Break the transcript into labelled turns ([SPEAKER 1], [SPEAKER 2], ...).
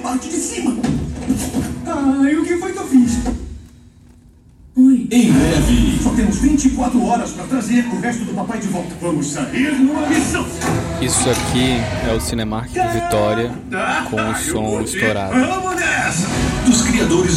[SPEAKER 1] parte de cima. Ai, o que foi que eu fiz? Oi.
[SPEAKER 2] Em breve,
[SPEAKER 1] Só temos 24 horas para trazer o resto do papai de volta. Vamos sair numa missão.
[SPEAKER 3] Isso aqui é o Cinemark de Vitória com o som estourado.
[SPEAKER 1] Vamos nessa.
[SPEAKER 2] dos criadores